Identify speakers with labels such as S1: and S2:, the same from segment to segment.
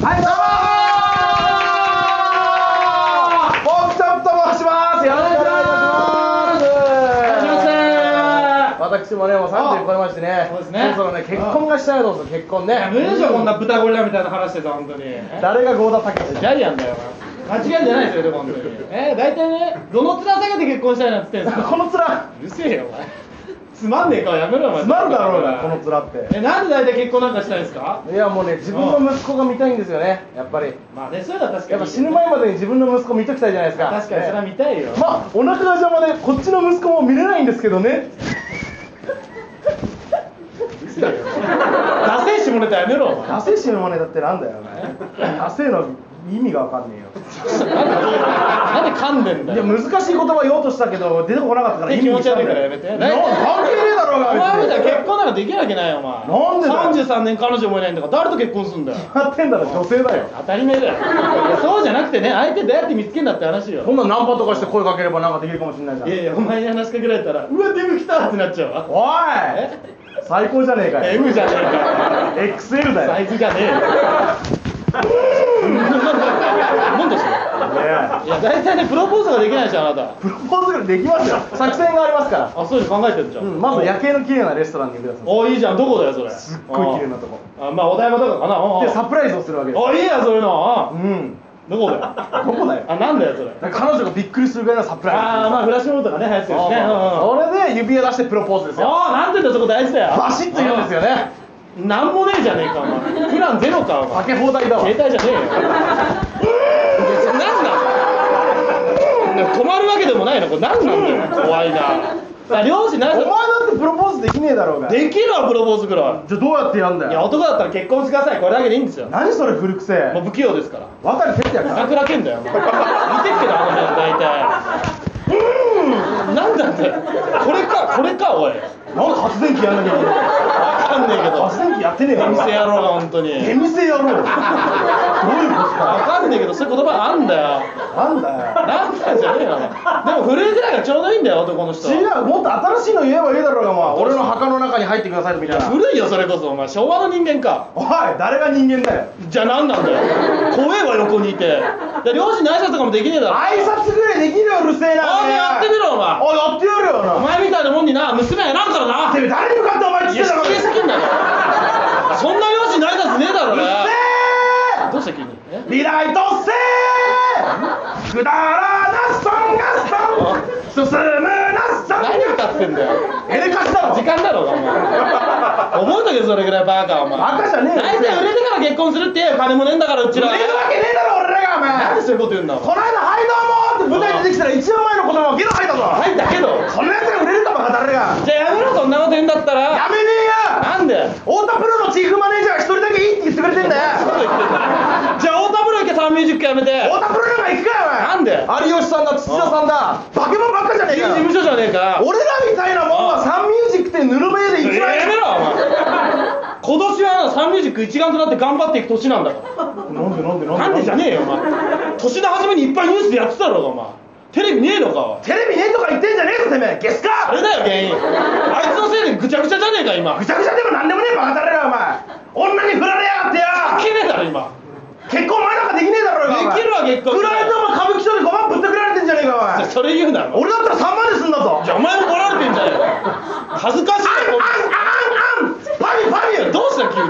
S1: はい、どうもーボンキチャップと申しますよろしくお願いいたします私もね、もう30超えましてね、
S2: そうですね
S1: そろそろね、結婚がしたいと思うんですよ、結婚
S2: やめ
S1: ね。
S2: でしょこんな豚ゴリラみたいな話してた本当にジ
S1: 誰が合田武史
S2: ャリアンだよな間違いじゃないですよでも本当にえー、大体ねどの面下げて結婚したいなんて言ってんすか
S1: この面、
S2: うるせえよお前つまんねえ顔やめろよお前
S1: つまるだろうな、この面って。
S2: えなんで大体結婚なんかしたいんですか
S1: いや、もうね、自分の息子が見たいんですよね、やっぱり。
S2: まあねそういうのは確か
S1: や
S2: に
S1: っぱ死ぬ前までに自分の息子見ときたいじゃないですか。
S2: 確かにそれは見たいよ、
S1: まあ、お腹が邪魔で、こっちの息子も見れないんですけどね。
S2: うるせえよダセえ下ネタやめろお前
S1: ダセえしの真似だってなんだよ、お前。ダセえの意味がわかんね
S2: なんで噛んでん
S1: え
S2: だ
S1: よ。いや、
S2: よ
S1: 難しい言葉言おうとしたけど、出てこなかったから
S2: え
S1: 意味にしたんだよ。
S2: 気持ち悪いからやめ
S1: な
S2: て
S1: 関係ねえだろう
S2: お前
S1: が、
S2: み
S1: 別に
S2: たいな結婚なんかできなきゃないよお
S1: な
S2: 前
S1: んでだよ
S2: 33年彼女もいないんだから誰と結婚すんだよ
S1: やってんだろ、女性だよ。
S2: 当たり前だよいやそうじゃなくてね相手どうやって見つけんだって話
S1: こ
S2: よ
S1: んなナンパとかして声かければなんかできるかもしれないじゃん
S2: い。やいやお前に話しかけられたらうわデブ来たってなっちゃうわ
S1: おい最高じゃねえか
S2: デ
S1: よ。
S2: ブじゃねえか
S1: XL だよ。
S2: サイズじゃねえよ
S1: ねえ
S2: なんだそれいや大体ねプロポーズができないでしょあな
S1: プロポーズできますよ。作戦がありますから。
S2: たあそういうの考えてるじゃん、
S1: うん、まず夜景の綺麗なレストランに行くやつすっ
S2: おいいじゃんどこだよそれすっ
S1: ごい綺麗なとこ
S2: あまあお台場とかかなお
S1: でサプライズをするわけです
S2: おいいやそういうの
S1: うん
S2: うんどこだよ
S1: どこだよ
S2: あなんだよそれ
S1: だから彼女がびっくりするぐらいのサプライズ
S2: ああまあフラッシュモブとかね流行ってるしねうんうん
S1: そうそれで指輪出してプロポーズですよ
S2: ああなんて言うんだそこ大事だよ
S1: バシッと言うんですよね
S2: なんもねえじゃねえかお前プランゼロかお
S1: かけ
S2: 前
S1: 放題だわ
S2: 携帯じゃねえよ別に何なんだ止まるわけでもないなこれ何なんだよ怖いなさあ両親
S1: お
S2: 何
S1: 前だってプロポーズできねえだろうが
S2: できるわプロポーズくら
S1: じゃあどうやってやん
S2: い
S1: だ
S2: いや
S1: よ
S2: 男だったら結婚してくださいこれだけでいいんですよも
S1: 何それ古くせ
S2: う
S1: え
S2: 不器用ですから
S1: 渡哲也か
S2: 桜けんだよお前見てっけどあの面大体うん何なんだよこれかこれかおい
S1: なんで発電機やんなきゃいけない
S2: 分かんねえけど
S1: 発電機やってねえよ
S2: 出
S1: お
S2: 店
S1: 前
S2: 野郎が本当に
S1: 出
S2: 分
S1: 店やろうどういうことか
S2: かんねえけどそういう言葉あんだよ
S1: なんだよ
S2: なんなんじゃねえよでも古いぐらいがちょうどいいんだよ男の人
S1: 違うもっと新しいの言えばいいだろうがお前俺の墓の中に入ってくださいみたいな
S2: 古いよそれこそお前昭和の人間か
S1: おい誰が人間だよ
S2: じゃあ何なんだよ怖えわ横にいてで両親の挨拶とかもできねえだろ
S1: 挨拶ぐらいできるようるせえな
S2: あんやってみろお前
S1: おいやってやるよな
S2: お
S1: お
S2: 前みたいなもんにな娘はなるからな
S1: てめえ誰に向かってお前っつ
S2: い
S1: って
S2: や
S1: んだろ
S2: 失敬すぎんだろそんな両親の挨拶ねえだろね
S1: う
S2: どうした急にえ
S1: っせえリライトせえくだらなストンガストン進むなスト
S2: 何歌ってんだよ
S1: ンエレカシだろ
S2: 時間だろうがお前覚えとけそれぐらいバカお前
S1: バカじゃねえよ
S2: 大体売れてから結婚するって金もねえんだからうちら
S1: 売れるわけねえだろ俺らがお
S2: なんで
S1: 前
S2: そういうこと言うんだお
S1: この
S2: 前
S1: 間はいどうもーって舞台出てきたら一番前の子供がゲロ吐いたぞ
S2: はいだけど
S1: このやつが売れるかバカ誰が
S2: じゃあやめろそんなこと言うんだったら
S1: やめねえよ
S2: なんで
S1: 太田プロのチーフマネージャーが一人だけいいって言ってくれてんだよ
S2: そういうこと言ってんだじゃあ太田プロ行けサンミュージックやめて
S1: 太田プロなんか行くかよお前
S2: なんで
S1: 有吉さんだ土田さんだ化け物ばっかじゃねえ
S2: 新
S1: かよ
S2: 事務所じゃねえか
S1: 俺らみたいなもんはサンミュージックってぬるめで一
S2: いや
S1: 番
S2: やめろお前今年はなサンミュージック一丸となって頑張っていく年なんだから
S1: なんでなんで
S2: なんでじゃねえよお前年の初めにいっぱいニュースでやってたろうがお前テレビねえのかおい
S1: テレビねえとか言ってんじゃねえぞてめえゲス
S2: あ
S1: か
S2: れだよ原因あいつのせいでぐちゃぐちゃじゃねえか今
S1: ぐちゃぐちゃでもなんでもねえバカだれがお前女に振られやがって
S2: けねえだろ今
S1: よ結婚前なんかできねえだろうがお前
S2: できるわ結婚
S1: フライトも歌舞伎町で5万ぶったくられてんじゃねえか
S2: じゃあそれ言うな
S1: お前俺だったら3万で済んだぞ
S2: じゃあお前も来られてんじゃねえか恥ずかしいよこんな
S1: あんあんパミパミ
S2: どうした急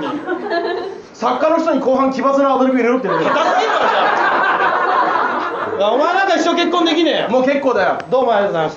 S2: に
S1: 作家の人に後半奇抜なアドリブ入れろって言うんだよ
S2: 片付けろじゃあお前なんか一生結婚できねえよ
S1: もう結構だよ
S2: どうもありがとうございました